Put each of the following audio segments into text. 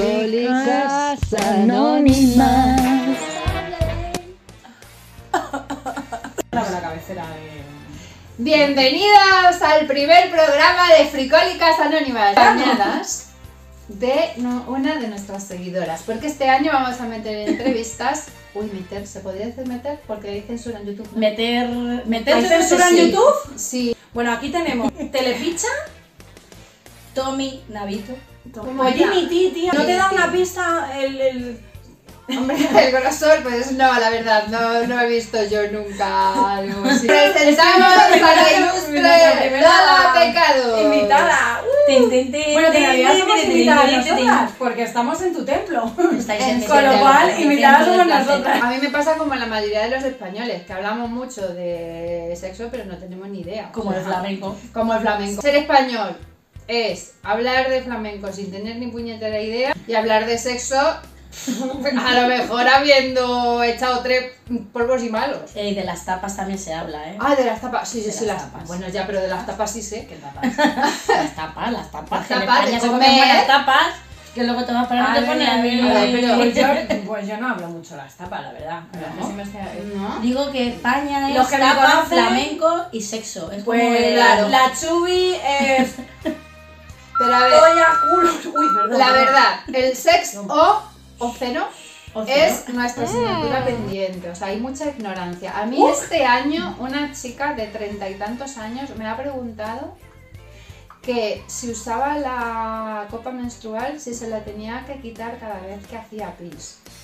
Alcohólicas Anónimas. Con la cabecera de... Bienvenidos al primer programa de Fricólicas Anónimas. Acompañadas de no- una de nuestras seguidoras. Porque este año vamos a meter entrevistas. Uy, meter, ¿se podría decir meter? Porque hay censura en YouTube. ¿no? Meter... ¿Meter Hay censura en sí. YouTube? Sí. Bueno, aquí tenemos Telepicha, Tommy Navito. Toma Oye, ya. mi titi, ¿no te da Titi. una pista el... el... Hombre, el grosor, pues no, la verdad, no, no he visto yo nunca algo así. Presentamos Es que a la primera- ilustre primera- primera Lala Pecado. Invitada. Uh. Bueno, Bueno, que en realidad somos invitadas nosotras, invitadas porque estamos en tu templo. En- Eh, Con lo cual, invitadas somos nosotras. A mí me pasa como a la mayoría de los españoles, que hablamos mucho de sexo, pero no tenemos ni idea. O sea, flamenco. como el flamenco. Ser español es hablar de flamenco sin tener ni puñetera idea y hablar de sexo a lo mejor habiendo echado tres polvos y malos. Y Eh, de las tapas también se habla, ¿eh? Ah, de las tapas. Sí, sí, De sí, las las tapas. tapas. Bueno, ya, pero de las tapas sí sé. ¿Qué tapas? Las tapas, las tapas. Las que en tapas de España se comer. comen buenas tapas, que luego te vas para no te pones a a ver, mí. pero- pues, yo, pues yo no hablo mucho las tapas, la verdad. ¿No? Sí me estoy- ¿No? Digo que España Los es que me tapas, conocen- flamenco y sexo. Es como Pues el la, Claro. la chubi es Pero eh, a ver, polla, culo. Uy, perdón. la perdón. verdad, el sexo o, o cero Mm. ocio, es nuestra asignatura pendiente, o sea, hay mucha ignorancia. A mí este año una chica de treinta y tantos años me ha preguntado que si usaba la copa menstrual, si se la tenía que quitar cada vez que hacía pis. Mm.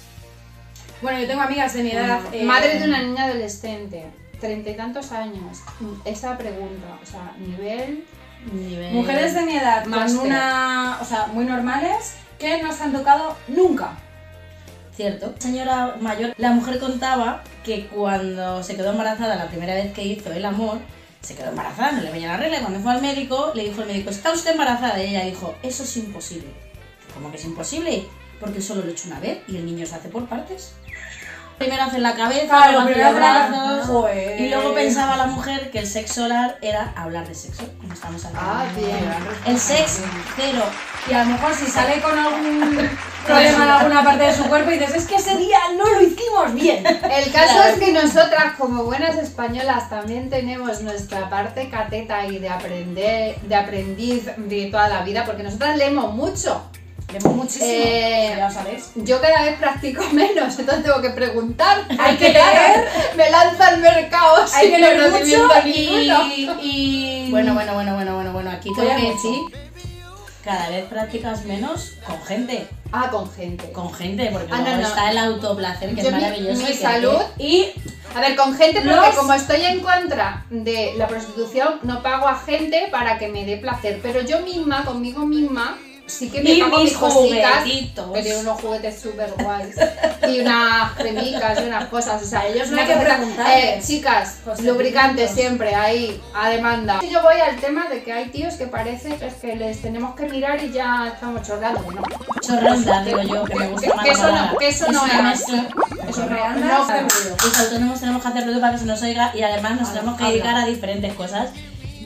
Bueno, yo tengo amigas de mi edad. eh, Madre de una niña adolescente, treinta y tantos años, esa pregunta, o sea, nivel... ¿no? Nivel- Mujeres de mi edad con Máster. una. O sea, muy normales que no se han tocado nunca. Cierto. Señora mayor, la mujer contaba que cuando se quedó embarazada la primera vez que hizo el amor, se quedó embarazada, no le venía la regla. y Cuando fue al médico, le dijo el médico, ¿está usted embarazada? Y ella dijo, eso es imposible. ¿Cómo que es imposible? Porque solo lo he hecho una vez y el niño se hace por partes. Primero hace la cabeza, luego hace los brazos. Joder. Y luego pensaba la mujer que el sexo oral era hablar de sexo, como estamos hablando. Ah, bien. El sexo, cero. Y a lo mejor si sale con algún problema en alguna parte de su cuerpo y dices, es que ese día no lo hicimos bien. El caso es que nosotras, como buenas españolas, también tenemos nuestra parte cateta y de aprender, de aprendiz de toda la vida, porque nosotras leemos mucho. Vemos muchísimo. Eh, Ya lo sabéis. Yo cada vez practico menos, entonces tengo que preguntar. Hay que leer, Me lanzo al mercado hay que sin leer mucho conocimiento y, ninguno. y- Bueno, bueno, bueno, bueno, bueno, bueno. Aquí tengo Follas que mucho. decir, cada vez practicas menos con gente. Ah, con gente. Con gente, porque Ah, no, luego no. está el autoplacer, que Yo es mi- maravilloso. mi y que- salud Y A ver, con gente, porque Los- como estoy en contra de la prostitución, no pago a gente para que me dé placer. Pero yo misma, conmigo misma, sí que me Y pago mis mis cositas. juguetitos. Pero unos juguetes súper guays. y unas cremicas y unas cosas. O sea, ellos No hay me que compran- preguntarles. Eh, chicas, Los lubricantes servicios. siempre ahí, a demanda. Y Yo voy al tema de que hay tíos que parece que es que les tenemos que mirar y ya estamos chorrando. que No, Chorranda, digo yo, que me gusta Que- más que la eso no- palabra. que eso Es no una era. mezcla. eso no, me anda no, hasta el no. ruido. Los autónomos tenemos que hacer ruido para que se nos oiga y además nos Habla, tenemos que habla. dedicar a diferentes cosas.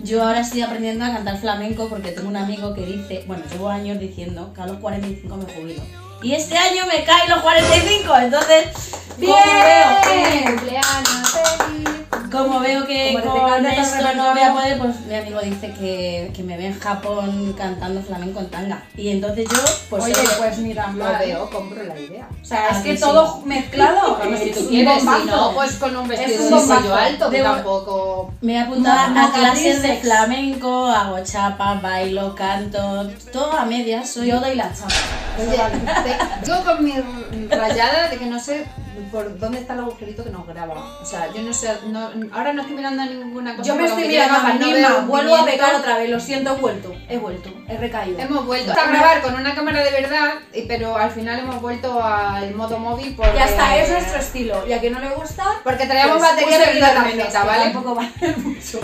Yo ahora estoy aprendiendo a cantar flamenco porque tengo un amigo que dice, bueno, llevo años diciendo que a los 45 me jubilo. Y este año me caen los 45, entonces, Bien. Como veo, Cumpleaños feliz. como veo que Como te con canta todo el esto no repertorio. voy a poder, pues mi amigo dice que, que me ve en Japón cantando flamenco en tanga. Y entonces yo, pues... Oye, pues ni tan Lo mal. veo, compro la idea. O sea, es Ah, que sí. todo mezclado. Vamos, si es tú un quieres, si bombazo. no, pues con un vestido un de bombazo. sello alto, que Debo- tampoco. Me he apuntado Mo- a clases de mocatrices. flamenco, hago chapa, bailo, canto, todo a medias, soy yo doy la chapa. Oye, te- yo con mi rayada de que no sé por dónde está el agujerito que nos graba. O sea, yo no sé. no- ahora no estoy mirando a ninguna cosa. Yo me porque estoy aunque mirando yo a mí no misma, veo vuelvo a hundimiento. pecar otra vez, lo siento, he vuelto, he vuelto, he recaído. Hemos vuelto a grabar con una cámara de verdad, y- pero al final hemos vuelto al modo móvil porque. Y hasta es nuestro estilo, y a que no le gusta... Porque traíamos pues, eh, batería un pero la seguidor menos, tarjeta, que ¿vale? Tampoco vale mucho.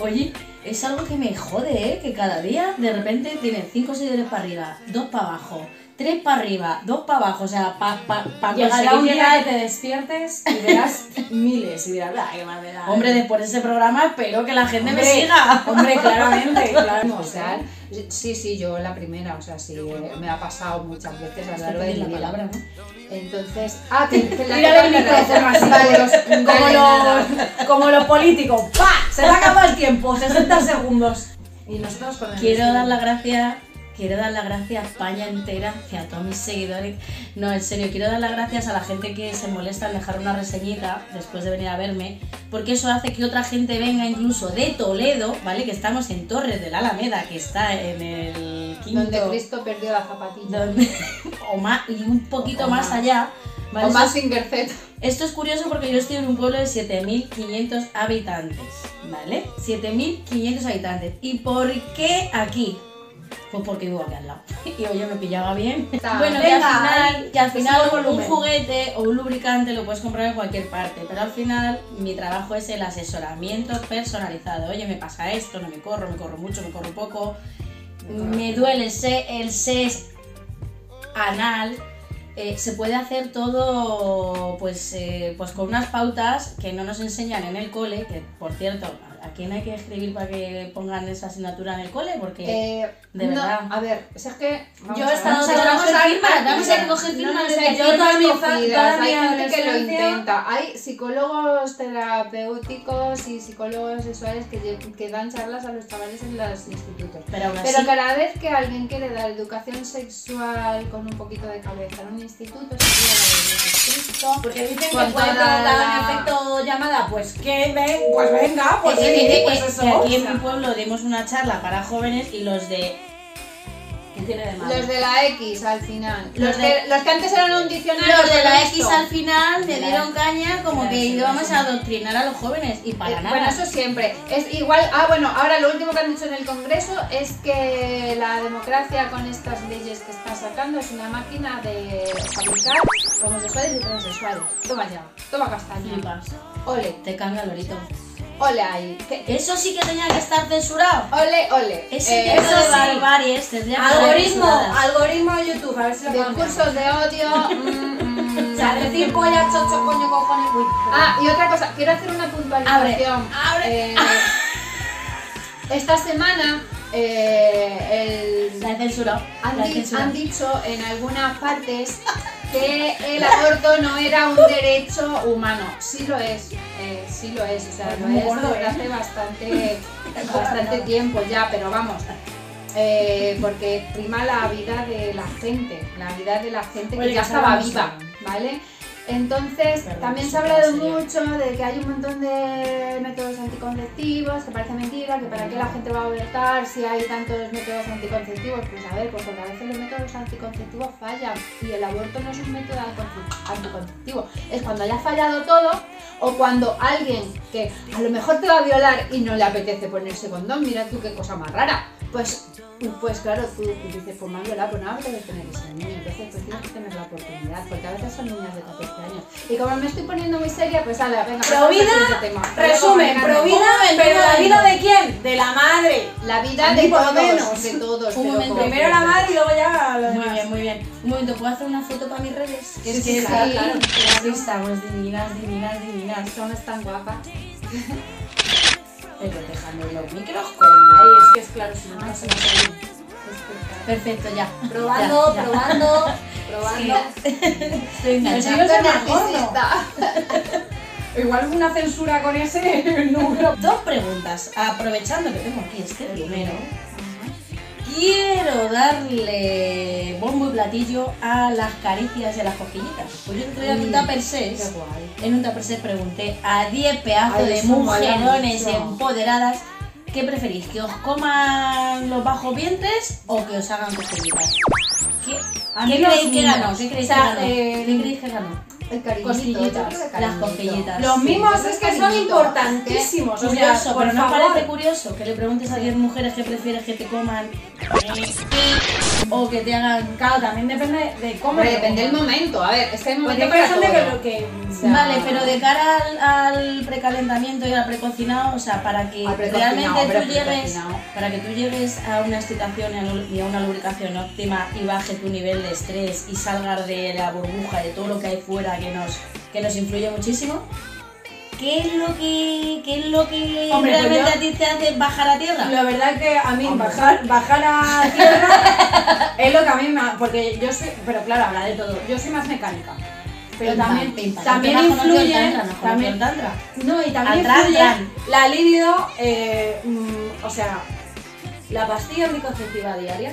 Oye, es algo que me jode, ¿eh? Que cada día de repente tiene 5 seguidores para arriba, 2 para abajo, tres para arriba, dos para abajo, o sea, para pa, pa Llegará conseguir un día llegar- que te despiertes y verás miles y dirás, "Ah, qué barbaridad". Hombre, después de ese programa espero que la gente me Hombre, siga. Hombre, claramente, claro. O sea, sí, sí, yo la primera, o sea, sí, eh, me ha pasado muchas veces a lo Claro, largo de es mi la vida. palabra, ¿no? Entonces, ah, que, que la Tira del que micrófono la- así, vale, como los, como vale, nada. los- como los políticos. ¡Pa! Se le acaba el tiempo, 60 segundos. Y nosotros con el Quiero dar las gracias, quiero dar las gracias a España entera y a todos mis seguidores. No, en serio, quiero dar las gracias a la gente que se molesta en dejar una reseñita después de venir a verme, porque eso hace que otra gente venga incluso de Toledo, ¿vale? Que estamos en Torres de la Alameda, que está en el quinto... Donde Cristo perdió la zapatilla. donde- o más, y un poquito O más más. allá. ¿vale? O Eso- más Fingerfet. esto es curioso porque yo estoy en un pueblo de 7.500 habitantes, ¿vale? 7.500 habitantes. ¿Y por qué aquí? Pues porque vivo aquí al lado. Y oye, me pillaba bien. Está. Bueno, que al Venga, final, que al que final suba el un volumen. juguete o un lubricante lo puedes comprar en cualquier parte, pero al final mi trabajo es el asesoramiento personalizado. Oye, me pasa esto, no me corro, me corro mucho, me corro poco, me duele el se- el ses anal. Eh, se puede hacer todo pues, eh, pues con unas pautas que no nos enseñan en el cole, que por cierto, ¿a- ¿a quién hay que escribir para que pongan esa asignatura en el cole? Porque Eh, de no, verdad. A ver, si es que. vamos Yo a he ver, estado vamos a- tratando vamos de a- firmar, vamos a no, coger firmas no de sé, yo firmas todas mis- cogidas, todas Hay mi gente que lo adolescencia. intenta. Hay psicólogos terapéuticos y psicólogos sexuales que, lle- que dan charlas a los chavales en los institutos. Pero aún así, Pero cada vez que alguien quiere dar educación sexual con un poquito de cabeza en un instituto, se lleva Porque dicen Con que puede toda provocar la- un efecto llamada. Pues que ven, pues venga, pues, eh, sí, eh, pues eh, eso. que aquí o en sea. mi pueblo dimos una charla para jóvenes y los de... ¿Qué tiene de malo? Los de la X al final. Los Los, de- que, los que antes eran un diccionario. Los de la pero X esto. al final me La- dieron caña como la que X, íbamos sí. a adoctrinar a los jóvenes y para Eh, nada. Bueno, eso siempre. Es igual. Ah, bueno, ahora lo último que han dicho en el Congreso es que la democracia con estas leyes que está sacando es una máquina de fabricar homosexuales y transexuales. Toma ya, toma castaña. Flipas. Ole, Te cambia el lorito. ole ahí. Que- Eso sí que tenía que estar censurado. Ole, ole. Ese Eh, tipo eso de sí. barbaries tendría que estar Algoritmo, censuradas. algoritmo de YouTube, a ver si lo de cambian. cursos de odio. mm, mm. O sea, decir polla, chocho, coño, cojones, uy. Ah, y otra cosa, quiero hacer una puntualización. Abre. Eh, esta semana eh, el- La he censurado. han, La he di- censurado. han dicho en algunas partes que el aborto no era un derecho humano. Sí lo es, eh, sí lo es. O sea, Es lo muy es gordo, desde ¿eh? hace bastante, bastante tiempo ya, pero vamos. eh, porque prima la vida de la gente, la vida de la gente que Oye, ya que estaba salgan, viva, ¿vale? Entonces, Perdón, también sí, se ha hablado en serio. mucho de que hay un montón de métodos anticonceptivos, que parece mentira, que para qué la gente va a abortar si hay tantos métodos anticonceptivos. Pues a ver, pues porque a veces los métodos anticonceptivos fallan y el aborto no es un método anticoncep- anticonceptivo. Es cuando haya fallado todo o cuando alguien que a lo mejor te va a violar y no le apetece ponerse condón, mira tú qué cosa más rara. Pues, pues claro, tú dices, pues me han violado, pues nada, te voy a tener ese niño. Entonces, pues tienes que tener la oportunidad, porque a veces son niñas de 14 años. Y como me estoy poniendo muy seria, pues ala, venga, pasamos Provida, al siguiente tema. Resumen, Venga, pro vida, ¿Cómo me pero la entiendo? vida de quién? De la madre. La vida de Ni por todos, menos. de todos. Un pero momento, con- Primero la madre y luego ya lo Muy demás. bien, muy bien. Un momento, ¿puedo hacer una foto para mis redes? Sí, es sí, que claro, claro, claro. aquí estamos divinas, divinas, divinas. Son tan guapas. Pero dejando los Eh, micros con... Ay, es que es claro, si no, no se me sale. Perfecto, ya. Probando, Ya, ya. probando, probando. Estoy enganchada. Pero si no se me narcisista. Igual una censura con ese número. Dos preguntas, aprovechando que tengo aquí este primero. Quiero darle bombo y platillo a las caricias y a las cosquillitas. Pues yo el otro día en un Mm, Tupper Qué 6, guay. en un Tupper 6 pregunté a 10 pedazos Ay, de eso mola mujerones mucho. empoderadas, ¿qué preferís? ¿Que os coman los bajos vientres o que os hagan cosquillitas? ¿Qué, A qué mí los creéis que mimos. ganó? ¿Qué creéis O sea, que ganó? eh, ¿Qué creéis que ganó? El cariñito, Cosquillitas, yo creo que las cariñito. cosquillitas. Los Sí, mimos es que son cariñito, importantísimos. O sea, Curioso, por pero no favor. parece curioso que le preguntes a 10 mujeres qué prefieres que te coman. O que te hagan. Claro, también depende de cómo. Hombre, te depende del pongan. momento. A ver, este es que hay Porque momentos para hay gente que todo. lo que. sea, Vale, pero de cara al, al precalentamiento y al precocinado, o sea, para que Al precocinado, realmente hombre, tú llegues, precocinado. para que tú llegues a una excitación y a lu- y a una lubricación óptima y baje tu nivel de estrés y salgas de la burbuja de todo lo que hay fuera que nos que nos influye muchísimo. ¿Qué es lo que, qué es lo que Hombre, pues realmente yo- a ti te hace bajar a tierra? La verdad que a mí bajar, bajar a tierra es lo que a mí me... Porque yo soy... Pero claro, habrá de todo. Yo soy más mecánica. Pero Pim pam, también, pim pam. también Mejor no influye... el tantra, mejor no el también, tantra. no, y también Atrás, influye atrás. la libido, eh, mm, o sea, la pastilla anticonceptiva diaria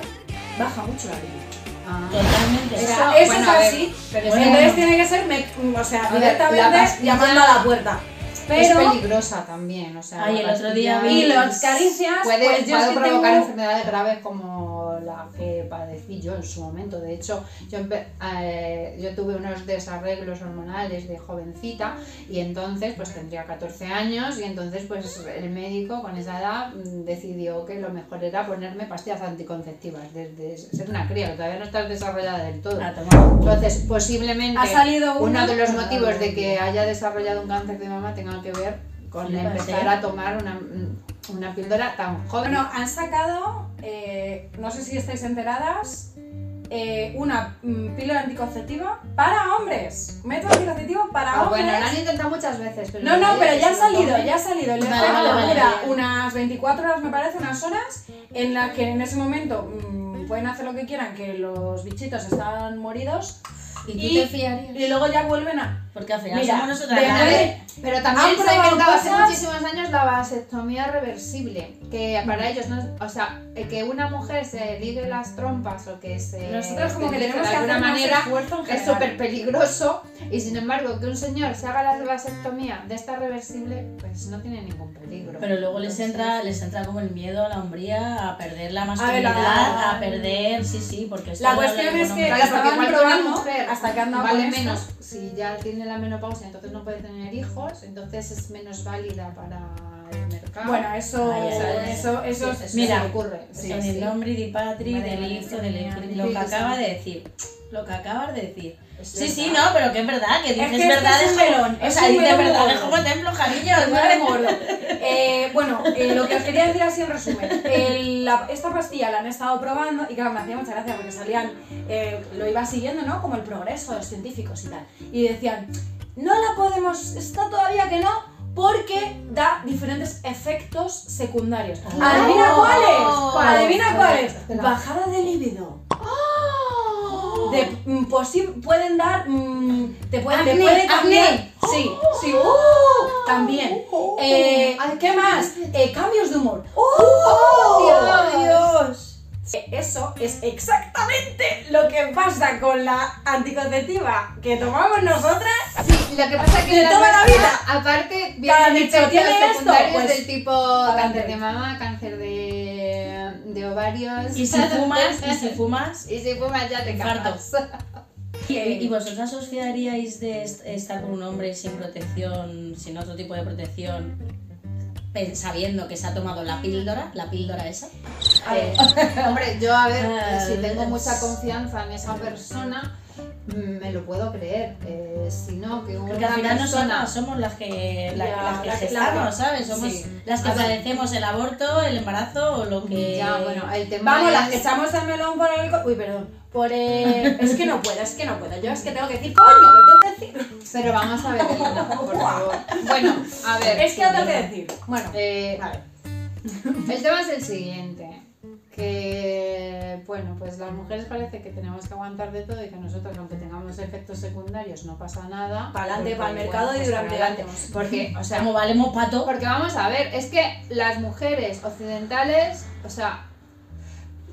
baja mucho la libido. Ah. Totalmente. Eso, Eso, eso bueno, es a ver, así. pero es que entonces no. tiene que ser, mec- o sea, A ver, la directamente pastilla- llamando a la puerta. Pero... es peligrosa también, o sea. Ay, la el otro día pastilla vi- Y las caricias, puede, pues yo es puede que provocar tengo- enfermedades graves como la que padecí yo en su momento. De hecho, yo, empe- eh, yo tuve unos desarreglos hormonales de jovencita y entonces pues tendría 14 años y entonces pues el médico con esa edad mm, decidió que lo mejor era ponerme pastillas anticonceptivas desde ser una cría, que todavía no estás desarrollada del todo. A tomar. Entonces, posiblemente Ah. Ha salido una- uno de los motivos de que haya desarrollado un cáncer de mama tenga que ver con Sí, puede empezar ser. a tomar una, una píldora tan joven. Bueno, han sacado, eh, no sé si estáis enteradas, eh, una mm, píldora anticonceptiva para hombres. Método anticonceptivo para Ah, hombres. bueno, la han intentado muchas veces. Pero no, no, nadie pero ya ha se lo salido, tome. ya ha salido. Le Vale, vale, vale, dura vale. unas 24 horas, me parece, unas horas, en las que en ese momento mm, pueden hacer lo que quieran, que los bichitos están moridos ¿Y tú Y- te fiarías? y luego ya vuelven a... Porque al final Mira, somos nosotras. de las Pero nadie- que- también- Pero Han también se ha probado inventado hace Ah, cosas- muchísimos años la vasectomía reversible, que para ellos no, o sea, eh, que una mujer se ligue las trompas o que se Nosotros como que esterilice tenemos que de alguna hacer más manera esfuerzo en es general. súper peligroso y sin embargo que un señor se haga la vasectomía de esta reversible, pues no tiene ningún peligro. Pero luego les Entonces, entra, les entra como el miedo a la hombría, a perder la ver, masculinidad, la- mm. a, perder, sí, sí, porque esto La lo cuestión hablan es que económicamente. Claro, porque estaban igual que una probando mujer hasta que han dado vale con esto. menos. Si ya tiene la menopausia, entonces no puede tener hijos, entonces es menos válida para el mercado. Bueno, eso, Ay, eso, ay, eso, eso, eso, mira, se ocurre. sí, en sí. el nombre de Patri, Vale, del vale, Hijo, del genial. Espíritu, lo que Espíritu acabas Santo. de decir. Lo que acabas de decir. Es Sí, sí, verdad. no, pero que es verdad, que dices que este verdad es un como- melón, O es sea, un dices melón verdad, gordo. es como templo, Jarillo. Pues madre gordo. Eh, bueno, eh, lo que os quería decir así en resumen. El- la- esta pastilla la han estado probando y claro, me hacía mucha gracia porque salían, eh, lo iba siguiendo, ¿no? Como el progreso de los científicos y tal. Y decían, no la podemos, está todavía que no, porque da diferentes efectos secundarios. Oh. ¿Adivina cuáles? ¿Cuáles? ¿Adivina ¿Cuáles? cuáles? Ah. Espera. Oh. Bajada de líbido. De, mm, posi- pueden dar mm, te pueden te Acné, puede acné. Oh. cambiar sí sí uh, también Eh, Ay, qué qué más Eh, cambios de humor ¡Oh, Dios! Eh, eso es exactamente lo que pasa con la anticonceptiva que tomamos nosotras Sí, lo que pasa es que De las toda la vas- vida. Aparte, Cada vienen dicho, efectos ¿tiene esto? secundarios Pues, del tipo cáncer de mama, cáncer de, de ovarios. Y si fumas, y si fumas. Y si fumas ya te Infarto. cagas. ¿Y, Eh, y vosotras os fiaríais de est- estar con un hombre sin protección, sin otro tipo de protección, pen- sabiendo que se ha tomado la píldora, la píldora esa? A ver, Hombre, yo a ver, eh, Ah, si tengo es- mucha confianza en esa persona, mm, me lo puedo creer. Eh, si no, que una Porque al final persona... nosotras somos las que, la- Ya, las que la que- gestamos, la que- ¿sabes? Somos sí. las que A ver. padecemos el aborto, el embarazo o lo que... Ya, bueno, el tema vamos las que es... echamos el melón por el co- uy perdón por el- es que no puedo es que no puedo yo es que tengo que decir coño lo tengo que decir Pero vamos a ver, Elena, por favor. Bueno, a ver. es que lo tengo que decir bueno Eh, a ver El tema es el siguiente. Que, bueno, pues las mujeres parece que tenemos que aguantar de todo y que nosotros, aunque tengamos efectos secundarios, no pasa nada. Pa'lante, Porque, pa'l mercado y pues, durante pa'lante. años. Porque, o sea, Como valemos pato. porque vamos a ver, es que las mujeres occidentales, o sea,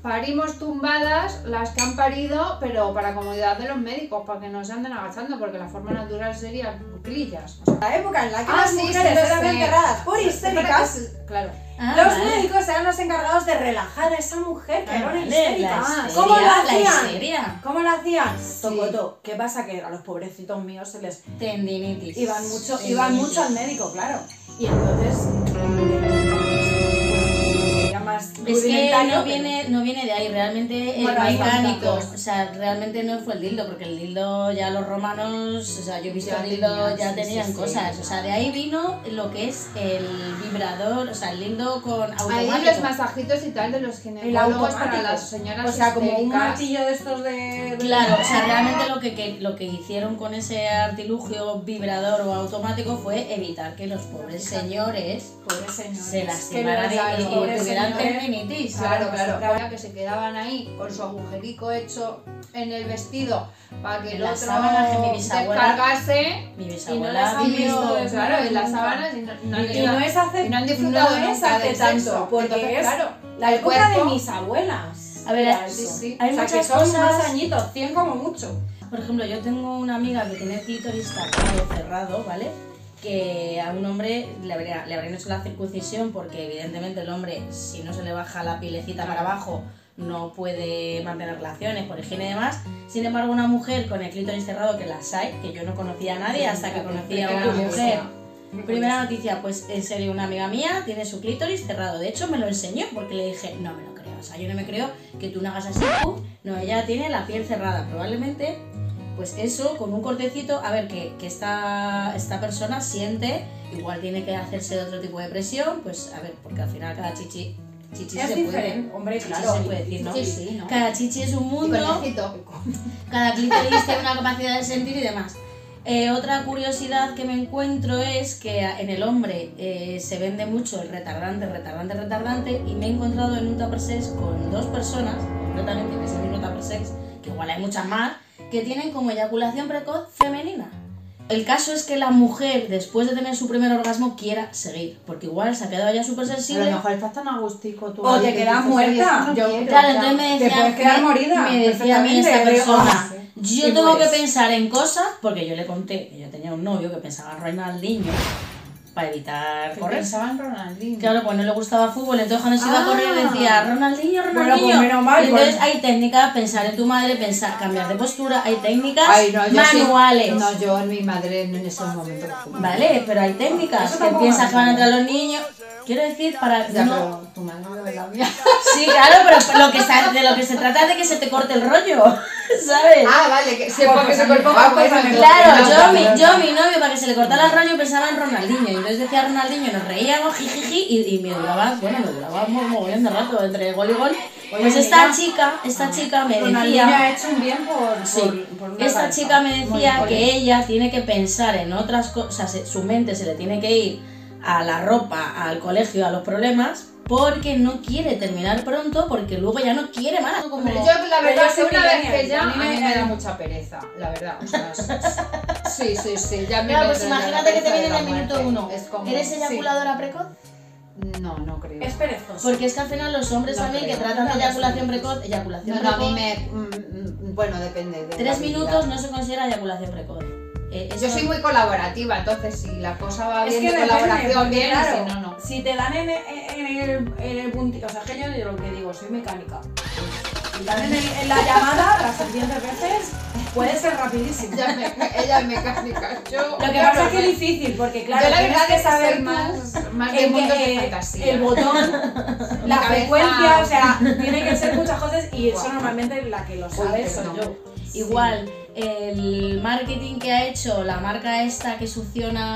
parimos tumbadas las que han parido, pero para comodidad de los médicos, para que no se anden agachando, porque la forma natural sería crillas. O sea, la época en la que Ah, las sí, sí, mujeres lo eran sé. enterradas por histéricas claro. Ah, Los vale. médicos eran los encargados de relajar a esa mujer que Ah, era una vale, histérica. la ¿Cómo lo histeria, la hacían? histeria. ¿Cómo lo hacían? Tocotó. ¿Qué pasa? Que a los pobrecitos míos se les Tendinitis. iban mucho, Tendinitis. iban mucho al médico, claro. Y entonces. bueno, se veían más eh, más Es que rudimentario, no pero- viene, no viene de ahí, realmente el Bueno, hay mecánico, fantásticos. o sea, realmente no fue el dildo, porque el dildo ya los romanos, o sea, yo he visto Ya el dildo, tenían, ya sí, tenían sí, sí. cosas, o sea, de ahí vino lo que es el vibrador, o sea, el dildo con Ahí automático. los masajitos y tal de los El ginecólogos automático. para las señoras O sea, como un histéricas. martillo de estos de. Claro, o sea, realmente lo que, que- lo que hicieron con ese artilugio vibrador o automático fue evitar que los pobres señores Pobres señores. se Que lastimaran no saben, y, y pobres tuvieran señores. tendinitis. Claro, claro, claro que se quedaban ahí con su agujerico hecho en el vestido para que el En la otro sábana que mi bisabuela- descargase Mi Y no bisabuela las han y vivió- visto desde claro, en las nunca. sábanas y no, no han Y no es hace, y no han disfrutado no es nunca hace del tanto, sexo. porque Entonces, es claro, la el época cuerpo- de mis abuelas. A ver, Era sí, eso. sí. Hay O sea, muchas que son cosas. más añitos, 100 como mucho. Por ejemplo, yo tengo una amiga que tiene el clítoris tapado, cerrado, ¿vale? Que a un hombre le, habría- le habrían hecho la circuncisión porque evidentemente el hombre, si no se le baja la pilecita para abajo, no puede mantener relaciones por higiene y demás. Sin embargo, una mujer con el clítoris cerrado, que las hay, que yo no conocía a nadie hasta que conocí a una mujer. Primera noticia, pues en serio, una amiga mía tiene su clítoris cerrado. De hecho, me lo enseñó porque le dije, no me lo creo. O sea, yo no me creo que tú no hagas así. pum. No, ella tiene la piel cerrada. Probablemente, pues eso, con un cortecito, a ver, que, que esta, esta persona siente, igual tiene que hacerse otro tipo de presión, pues a ver, porque al final cada chichi, chichi es se diferente, hombre, puede. claro. Chichi se puede decir, ¿no? Sí, sí, ¿no? Cada chichi es un Y mundo conejito. cada clítoris tiene una capacidad de sentir y demás. Eh, otra curiosidad que me encuentro es que a- en el hombre eh, se vende mucho el retardante, retardante, retardante y me he encontrado en un Tuppersex con dos personas, completamente en ese mismo Tuppersex, que igual hay muchas más, que tienen como eyaculación precoz femenina. El caso es que la mujer, después de tener su primer orgasmo, quiera seguir, porque igual se ha quedado ya súper A lo sensible. mejor estás tan agustico tú. O ahí te que quedas dices, muerta. "Oye, esto no Yo- quiero". Claro, entonces me Te decía, puedes quedar me- morida, Me decía a mí perfectamente, esta pero- persona. Yo Ah, Y tengo que mueres. pensar en cosas, porque yo le conté que yo tenía un novio que pensaba en Ronaldinho para evitar Que correr. pensaba en Ronaldinho. Claro, pues no le gustaba fútbol, entonces cuando se iba a Ah. correr decía Ronaldinho, Ronaldinho. pues menos mal, entonces pues. hay técnicas, pensar en tu madre, pensar, cambiar de postura, hay técnicas Ay, no, yo sí- manuales. no, yo en mi madre no en ese momento. Vale, pero hay técnicas Eso que tampoco piensas es que van a entrar los niños. Quiero decir, para Ya, no- pero tu madre no es la mía. Sí, claro, pero lo que sa- de lo que se trata es de que se te corte el rollo, ¿sabes? Ah, vale, que se Porque se cortó la pues, cosa, me- Claro, yo, mi, yo, mi novio, para que se le cortara el rollo, pensaba en Ronaldinho. Y entonces decía Ronaldinho, nos reíamos, jijiji, y, y me duraba, bueno, me duraba un mogollón de rato entre gol y gol. Pues Oye, esta mira, Ah. chica, esta chica me Ronaldinho ha decía, hecho un bien por, Sí. por- por una esta pareja. pues. chica me decía Muy bien. que ella tiene que pensar en otras cosas, se- su mente se le tiene que ir a la ropa, al colegio, a los problemas, porque no quiere terminar pronto, porque luego ya no quiere más. Como- Hombre, Yo la verdad Pero que una vez que epidemia, ya a a mí mí me- me da mucha pereza, la verdad. O sea, s- s- sí, sí, sí, ya me Claro, pues entra ya la imagínate que pereza te de viene la en el minuto muerte. uno. Es como- ¿Eres sí. eyaculadora precoz? No, no creo. Es perezoso. Porque es que al final los hombres No también creo. que tratan de eyaculación precoz, eyaculación No, no, a precoz. mí me. mm, mm, Bueno, depende. de la Tres habilidad. minutos no se considera eyaculación precoz. Eh, eso- Yo soy muy colaborativa, entonces si la cosa va Es bien, que de depende, colaboración porque, bien, claro, y si no, no. si te dan en, en- en el, en el punti- o sea, que yo de lo que digo, soy mecánica. Si dan en, el- en la llamada las suficientes veces, puede ser rapidísimo. Ella es meca- ella es mecánica. Yo, Lo que claro, pasa es que me- es difícil, porque claro, yo la tienes verdad que es que saber soy más. más, más en de que, mundos eh, de fantasía. El botón, la Cabeza. frecuencia, o sea, tiene que ser muchas cosas y eso Guau. normalmente la que lo Uy, sabe soy perdón. yo. Igual, el marketing que ha hecho la marca esta que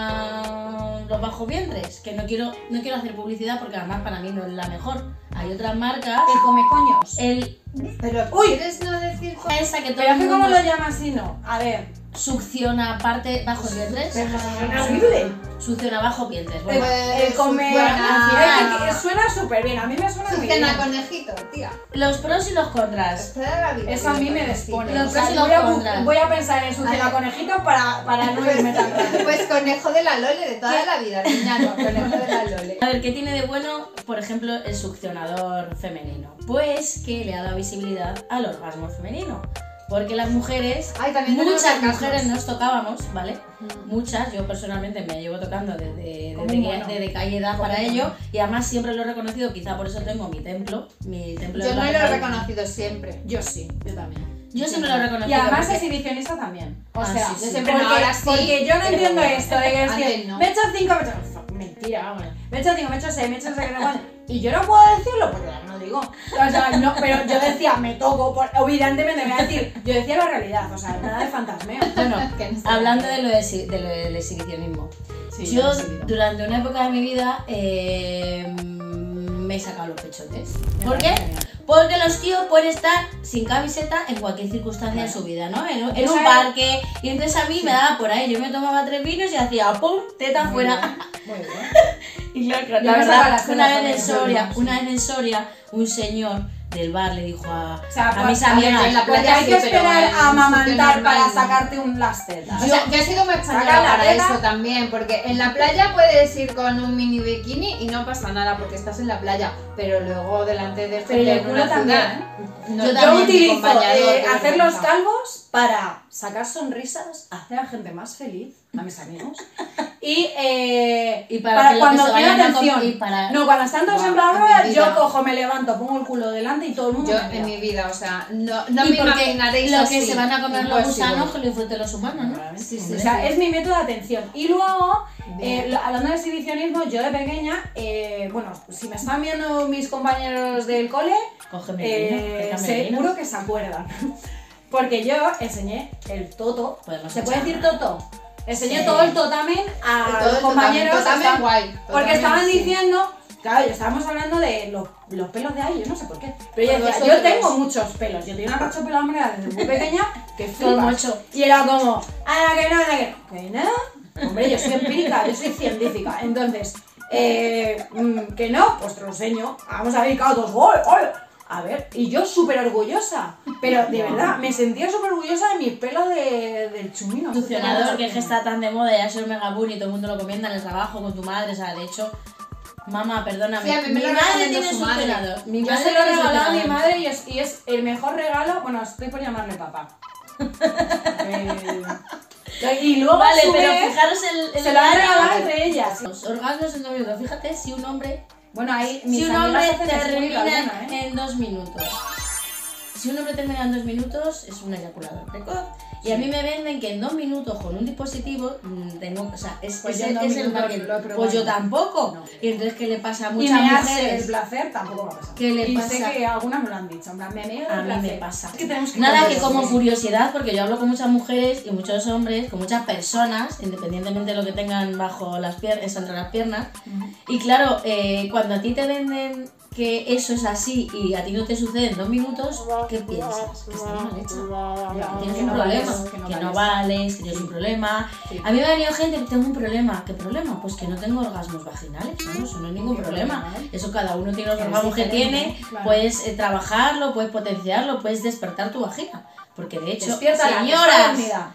succiona los bajos vientres, que no quiero, no quiero hacer publicidad porque además para mí no es la mejor. Hay otras marcas. El come coños. El Pero, Uy. ¿quieres no decir cómo? esta que todo Pero es el que mundo ¿cómo lo llamas si no? A ver, succiona parte bajos vientres. horrible. Succiona bajos vientres. El, Bueno, Pues, el come ah, suena- es que suena súper bien, a mí me suena muy bien. Suena conejito, tía. los pros y los contras. Te da la vida. Eso a mí me despone. Los O sea, pros y los voy, a, contras. bu- voy a pensar en succiona Ay. conejitos para, para no irme tan rápido. Pues conejo de la Lole de toda la vida, niña, no, conejo de la Lole. A ver, ¿qué tiene de bueno, por ejemplo, el succionador femenino? Pues que le ha dado visibilidad al orgasmo femenino. Porque las mujeres, Ay, también tenemos muchas orgasmos. mujeres nos tocábamos, ¿vale? Muchas, yo personalmente me llevo tocando desde, Como desde, un que- mono. desde que hay edad Como para un ello. mono. Y además siempre lo he reconocido, quizá por eso tengo mi templo. Mi templo Yo de no lo he Bahamas. reconocido siempre. Yo sí, yo también. Yo siempre lo he Y reconocido. además porque- es inhibicionista también. O Ah, sea, sí, sí. Yo siempre porque, no, ahora sí. porque yo no pero entiendo bueno. esto de que es Antes que no. me he hecho 5, me he hecho. Mentira, vamos. Me he hecho 5, me he hecho 6, me he hecho 6, Y yo no puedo decirlo porque ya no digo. O sea, no, pero yo decía, me toco, por- evidentemente me voy a decir. Yo decía la realidad, o sea, nada de fantasmeo. Bueno, que no sé. Hablando de lo, de, exhi- de lo del exhibicionismo. Sí, yo no sé, no. durante una época de mi vida eh, me he sacado los pechotes. ¿Por qué? Porque los tíos pueden estar sin camiseta en cualquier circunstancia de su vida, ¿no? En, un- en Yo un sabe- parque. Y entonces a mí me daba por ahí. Yo me tomaba tres vinos y hacía ¡pum! Teta afuera. Muy bien. Y la, Yo la me sacaba verdad, las una telas vez en también, Soria, sí. una vez en Soria, un señor del bar le dijo a, O sea, a mis pues, a ver, amigas. en la Porque playa hay sí, que pero esperar en un a sitio amamantar normal, para no. sacarte un, las tetas. O sea, yo he sido muy Saca española la para tela. eso también, porque en la playa puedes ir con un mini bikini y no pasa nada porque estás en la playa, pero luego delante de Pero gente y el en culo una también, ciudad, no- Yo, también con utilizo bañador, eh, qué hacer vergüenza. los calvos para sacar sonrisas, hacer a gente más feliz, a mis amigos. Y, eh, Y para que los cuando que se quiero vayan a com- atención. y para- No, cuando están todos Buah, en plan, mi vida. yo cojo, me levanto, pongo el culo delante y todo el mundo. Yo me en mira. mi vida, o sea, no, no Y me porque imaginaréis lo que así, se van a comer los imposible. gusanos que lo disfruten los humanos, ¿no? Sí, sí, O sí. sea, es mi método de atención. Y luego, Bien. eh, lo- hablando de exhibicionismo, yo de pequeña, eh, bueno, si me están viendo mis compañeros del cole, Cógeme eh, el vino, cógeme el vino. seguro que se acuerdan. Porque yo enseñé el toto. Podemos ¿Se puede decir echar. toto? Enseñé Sí. todo el totamen a Todo los el compañeros. totamen, totamen estaban- guay, porque totamen, estaban sí. diciendo, claro, ya estábamos hablando de los, los pelos de ahí, yo no sé por qué. Pero Pues yo decía, yo vosotros. tengo muchos pelos, yo tenía una racha de pelada desde muy pequeña que Todo flipas. mocho. Y era como, ah, que no, que no, que no. Hombre, yo soy empírica, yo soy científica. Entonces, eh, mm, que no, pues te lo enseño. Vamos a ver, claro, dos gol, gol. A ver, y yo súper orgullosa. Pero de verdad, me sentía súper orgullosa de mis pelos de, del chumino. Funcionador, que es que está tan de moda, ya soy mega boom y todo el mundo lo comienda en el trabajo con tu madre, o sea, de hecho, mamá, perdóname. Sí, a mí me mi lo madre recomendó tiene su su madre. celador. Mi Yo madre se lo he tiene su regalado a mi celador. madre y es, y es el mejor regalo. Bueno, estoy por llamarle papá. Eh, y luego, Vale, a su pero vez, fijaros el, el se lo han horario. regalado entre ellas. Los orgasmos en dos minutos. Fíjate si un hombre, Bueno, ahí mis si un amigas hombre hacen termina escuela alguna, ¿eh? en dos minutos. Si un hombre termina en dos minutos, es un eyaculador precoz. Y a mí me venden que en dos minutos con un dispositivo mm, tengo, o sea, es, Pues ese- yo en dos es el minutos lo marketing. he probado. Pues yo tampoco. No. Y entonces, ¿qué le pasa a Y muchas me hace el mujeres? placer, tampoco me ha pasado. ¿Qué le y pasa? sé que algunas me lo han dicho. En plan, me niego A el mí me placer. pasa. Es que tenemos que Nada que cambiar como eso. curiosidad, porque yo hablo con muchas mujeres y muchos hombres, con muchas personas, independientemente de lo que tengan bajo las piernas, entre las piernas. Y claro, eh, cuando a ti te venden que eso es así y a ti no te sucede en dos minutos, ¿qué piensas? Que estás mal hecha. Ya, Que tienes que un no problema, vales, que no vales, que tienes un problema. A mí me ha venido gente que tengo un problema. ¿Qué problema? Pues que no tengo orgasmos vaginales, ¿no? Eso no es ningún problema. ¿eh? Eso cada uno tiene los Pero es orgasmos que diferente, tiene, claro. puedes eh, trabajarlo, puedes potenciarlo, puedes despertar tu vagina. Porque de hecho, Despierta la señoras, dormida.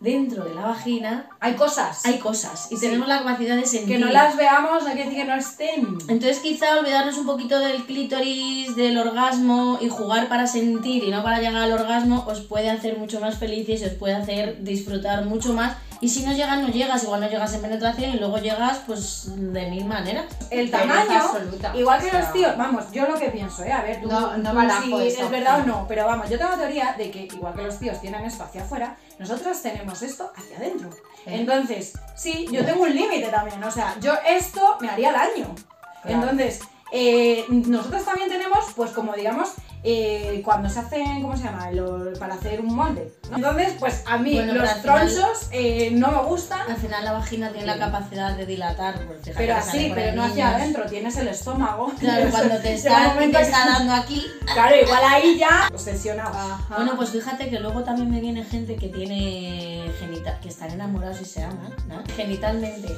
dentro de la vagina Hay cosas hay cosas y tenemos la capacidad de sentir. que no las veamos, no quiere decir que no estén. Entonces quizá olvidarnos un poquito del clítoris, del orgasmo y jugar para sentir y no para llegar al orgasmo os puede hacer mucho más felices, os puede hacer disfrutar mucho más. Y si no llegas, no llegas. Igual no llegas en penetración y luego llegas pues de mil maneras. El Pero tamaño, absoluta. igual que O sea, los tíos, vamos, yo lo que pienso, ¿eh? A ver, tú, No- no tú barajo si esa es verdad o opción. no, pero vamos, yo tengo la teoría de que igual que los tíos tienen esto hacia afuera, nosotras tenemos esto hacia adentro. Entonces, sí, yo tengo un límite también, o sea, yo esto me haría daño. Claro. Entonces, eh, nosotros también tenemos, pues como digamos, eh, cuando se hacen, ¿cómo se llama? Lo- para hacer un molde. ¿no? Entonces, pues a mí Bueno, pero los al final- tronchos eh, no me gustan. Al final la vagina tiene la capacidad de dilatar. pues, fíjate Pero que sale así, por pero ahí no hacia niños. adentro, tienes el estómago. Claro, cuando te Llega un está, momento te que- está dando aquí. Claro, igual ahí ya obsesionaba. Ah, Bueno, pues fíjate que luego también me viene gente que tiene genital, que están enamorados y se aman, ¿no? Genitalmente.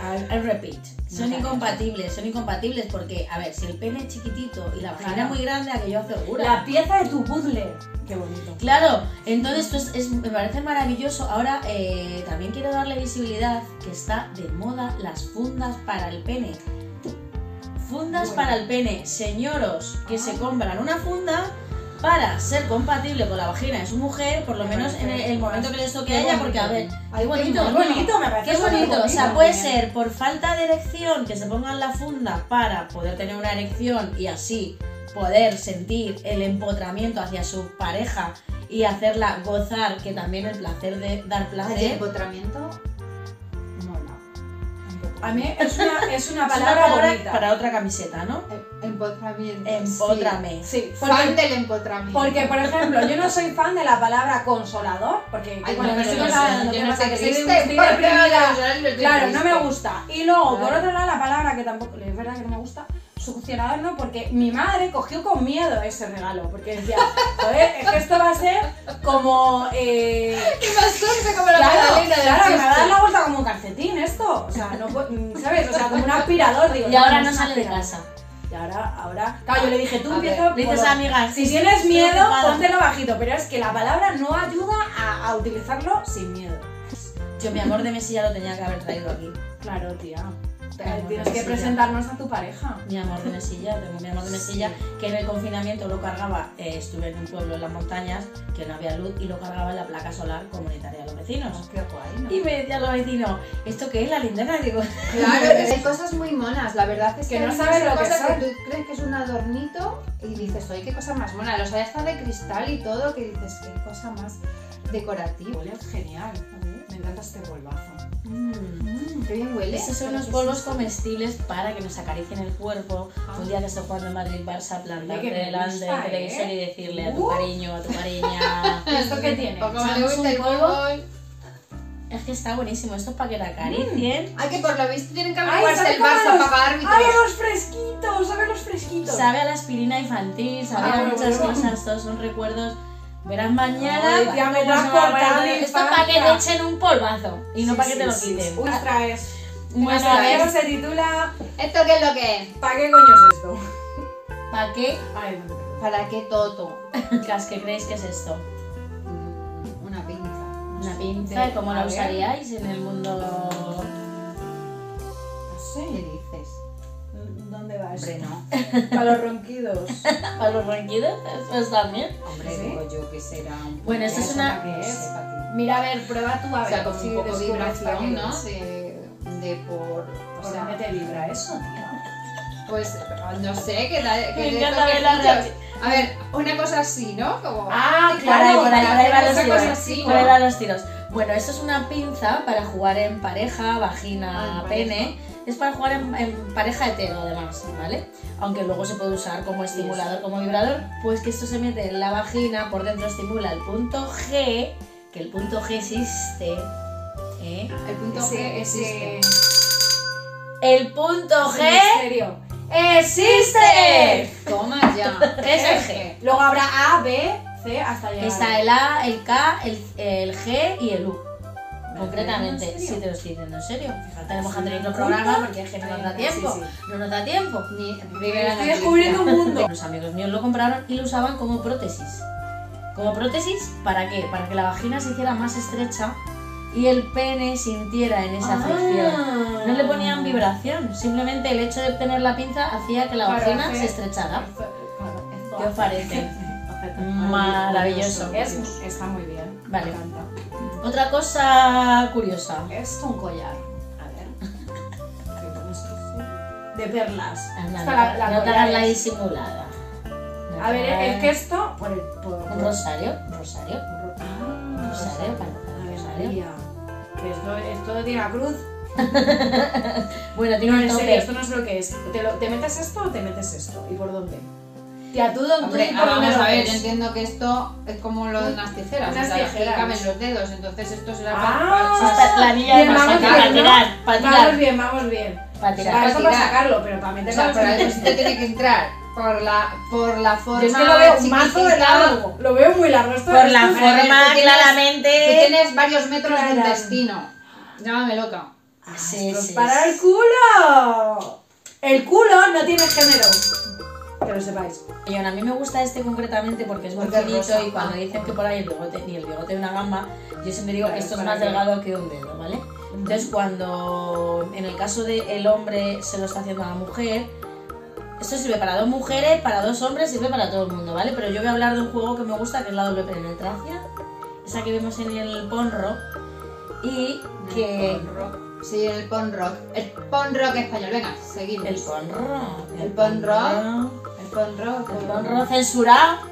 I'll, I'll repeat. Son Muchas incompatibles, son incompatibles porque, a ver, si el pene es chiquitito y la vagina Claro. muy grande, aquello hace segura. la pieza de tu puzzle. Qué bonito. Claro, entonces pues es- me parece maravilloso. Ahora eh, también quiero darle visibilidad que está de moda las fundas para el pene. Fundas Bueno. para el pene, señoros que se compran una funda para ser compatible con la vagina de su mujer, por lo Me menos en el, parece el momento que les toque qué a ella, porque a ver, bonito. qué bonito, Qué ¿no? bonito, me parece. Qué súper bonito, o sea, bonito. puede ser por falta de erección que se pongan la funda para poder tener una erección y así poder sentir el empotramiento hacia su pareja y hacerla gozar, ¿eh? pues, que también el placer de dar El placer. empotramiento mola. Tampoco. A mí es una, es una Es una palabra palabra bonita. para otra camiseta, ¿no? Empotramiento. Empótrame. Sí, sí. Fan Eh, porque, del empotramiento. porque, por ejemplo, yo no soy fan de la palabra consolador, porque Ay, bueno, no, que no, sí no, que no, saben no, lo que yo no pasa, sé que qué soy triste, muy porque deprimida. ahora yo estoy Claro, no me triste. gusta. Y luego, por Claro. otro lado, la palabra que tampoco, es verdad que no me gusta, succionador no, porque mi madre cogió con miedo ese regalo, porque decía, joder, es que esto va a ser como... eh, Y más dulce como la Claro, magdalena del claro, me va a dar chiste. la vuelta como un calcetín esto. O sea, no pu- mm, ¿sabes? O sea, como un aspirador, digo. Y ahora no es un sale de aspirador. casa. Y ahora, ahora. Claro, yo le dije, tú A empieza. ver, por- Le dices "Ah, a amigas, Si tienes miedo, ponte póntelo bajito. Pero es que la palabra no ayuda a, a utilizarlo sin miedo. Yo, mi amor de mesilla lo tenía que haber traído aquí. Claro, tía. Te- Claro, Tienes que sí, presentarnos a tu pareja. Mi amor de mesilla, tengo mi amor de mesilla, que en el confinamiento lo cargaba, eh, estuve en un pueblo en las montañas, que no había luz, y lo cargaba en la placa solar comunitaria de los Ah, vecinos. Qué guay, Y me decía los vecinos, ¿esto qué es la linterna? Digo, Claro, hay cosas muy monas. La verdad es que, Que no hay sabes muchas lo que cosas son. Tú crees que es un adornito y dices, oye, qué cosa más mona. Los hay hasta de cristal y todo, que dices, qué cosa más decorativa. Huele genial. Me encanta este polvazo. "Mm". Mm, qué bien huele. Esos son unos polvos comestibles para que nos acaricien el cuerpo. Un día que esté jugando en Madrid Barça, plantarte Ah. Oye, que me delante del gusta, televisor ¿eh? y decirle a tu Uh. cariño, a tu cariña. ¿Esto qué tiene? O como le Echamos gusta el un polvo. polvo. es que está buenísimo, esto es para que Mm. la acaricien. Ay, que por lo visto tienen que Ay, averiguarse sabe el cómo Barça los- para pagar ¡Ay, árbitros. los fresquitos! ¡Sabe los fresquitos! Sabe a la aspirina infantil, sabe Ah, a muchas bueno. cosas, todos son recuerdos. Verás mañana. Ay, tía, me cómo lo has se va a cortado guardar. la Esto para que te infancia. echen un polvazo y no Sí, para que sí, te lo sí. quiten. Ultra es. Bueno, Nuestra a ver, guerra se titula ¿Esto qué es lo que es? ¿Para qué coño es esto? ¿para qué? Ay, no me ¿Para qué toto? Chicas, ¿Qué creéis que es esto? Mm, Una pinza. Una pinza, ¿y ¿cómo A la ver. usaríais en el mundo No ¿Qué sé. dices? ¿Dónde va Hombre, esto? no. Para los ronquidos. para los ronquidos? Pues también. Hombre, ¿Sí? digo yo que será un... Bueno, esto es Eso una- para que sepa Mira, a ver, prueba tú a ver. O sea, como si un poco descubres vibración, algo. ¿no? De, de por... O sea, ¿qué te vibra eso, tía? Pues no sé, que da. Que Me de encanta toque ver la muchas- reacción. A ver, una cosa así, ¿no? Como. Ah, Por ahí, por ahí, por ahí van una los cosa tiros. así, por ¿no? ahí van los tiros. Bueno, esto es una pinza para jugar en pareja, vagina, Ah, en pene. Es para jugar en, en pareja hetero, además, ¿vale? Aunque luego se puede usar como estimulador, como vibrador. Pues que esto se mete en la vagina, por dentro estimula el punto G, que el punto G existe. ¿eh? El punto G Ese- existe. ese- El punto ese G misterio. existe. Toma ya. ¿Qué es el G? Luego habrá A, B, C hasta llegar. Está el A, el K, el, el G y el U. Concretamente, ¿En sí serio? te lo estoy diciendo en serio. Tenemos sí, que tener otro ¿me programa gusta? porque es que no nos Venga, da sí, tiempo. sí. No nos da tiempo. Ni primera Estoy noticia. descubriendo un mundo. Los amigos míos lo compraron y lo usaban como prótesis. ¿Como prótesis? ¿Para qué? Para que la vagina se hiciera más estrecha y el pene sintiera en Ah. esa fricción. No le ponían vibración, simplemente el hecho de obtener la pinza hacía que la Para vagina hacer- se estrechara. ¿Qué os vibración. parece? Mm, Maravilloso. está muy bien. me Vale. encanta. Otra cosa curiosa. Es un collar. A ver. ¿Qué pones tú? De perlas. Anda, Esta no, la- la no te collar hagas la es- disimulada. No A ver, te es hagas- que esto. Por el. Por, Un rosario, un rosario, un Ah, rosario, para hacer un Ave rosario. María. Que esto, esto tiene la cruz. Bueno, No, tiene un en serio, tope. esto no es lo que es. ¿Te, lo- te metes esto o te metes esto? ¿Y por dónde? Tía, tú, don- tú, Hombre, ¿por ah, dónde vamos lo a ver, yo ves? entiendo que esto es como lo de unas tijeras. Unas o sea, que tijeras. caben los dedos, entonces esto será Ah. Eso es para la anilla de Bien, masaje, vamos para bien, ¿no? tirar, para Vamos tirar, bien, vamos bien. para Para tirar. eso para tirar. sacarlo, pero para para- O meterlo sea, por al ahí esto tiene que entrar. Por la, por la forma. Yo es que lo veo un mazo de chiquitita. largo. Lo veo muy largo. Esto Por es la un- ver, tú forma, tienes- Tú claramente. tienes varios metros de un Claro. destino. Llámame loca. Ah, Sí, esto es sí, para sí. el culo. El culo no tiene género. Que lo sepáis. Y a mí me gusta este concretamente porque es muy Porque es finito rosa. y cuando Ah. dicen que por ahí el bigote ni el bigote de una gamba, yo siempre digo que Claro, esto es para más que- delgado que un dedo, ¿vale? Entonces cuando en el caso del hombre se lo está haciendo a la mujer, esto sirve para dos mujeres, para dos hombres, sirve para todo el mundo, ¿vale? Pero yo voy a hablar de un juego que me gusta, que es la doble penetrancia, esa que vemos en el ponro y que Sí, el pon rock. El pon rock español. Venga, seguimos. el ponro, El ponro. ponro, El pon rock. el ponro censurado.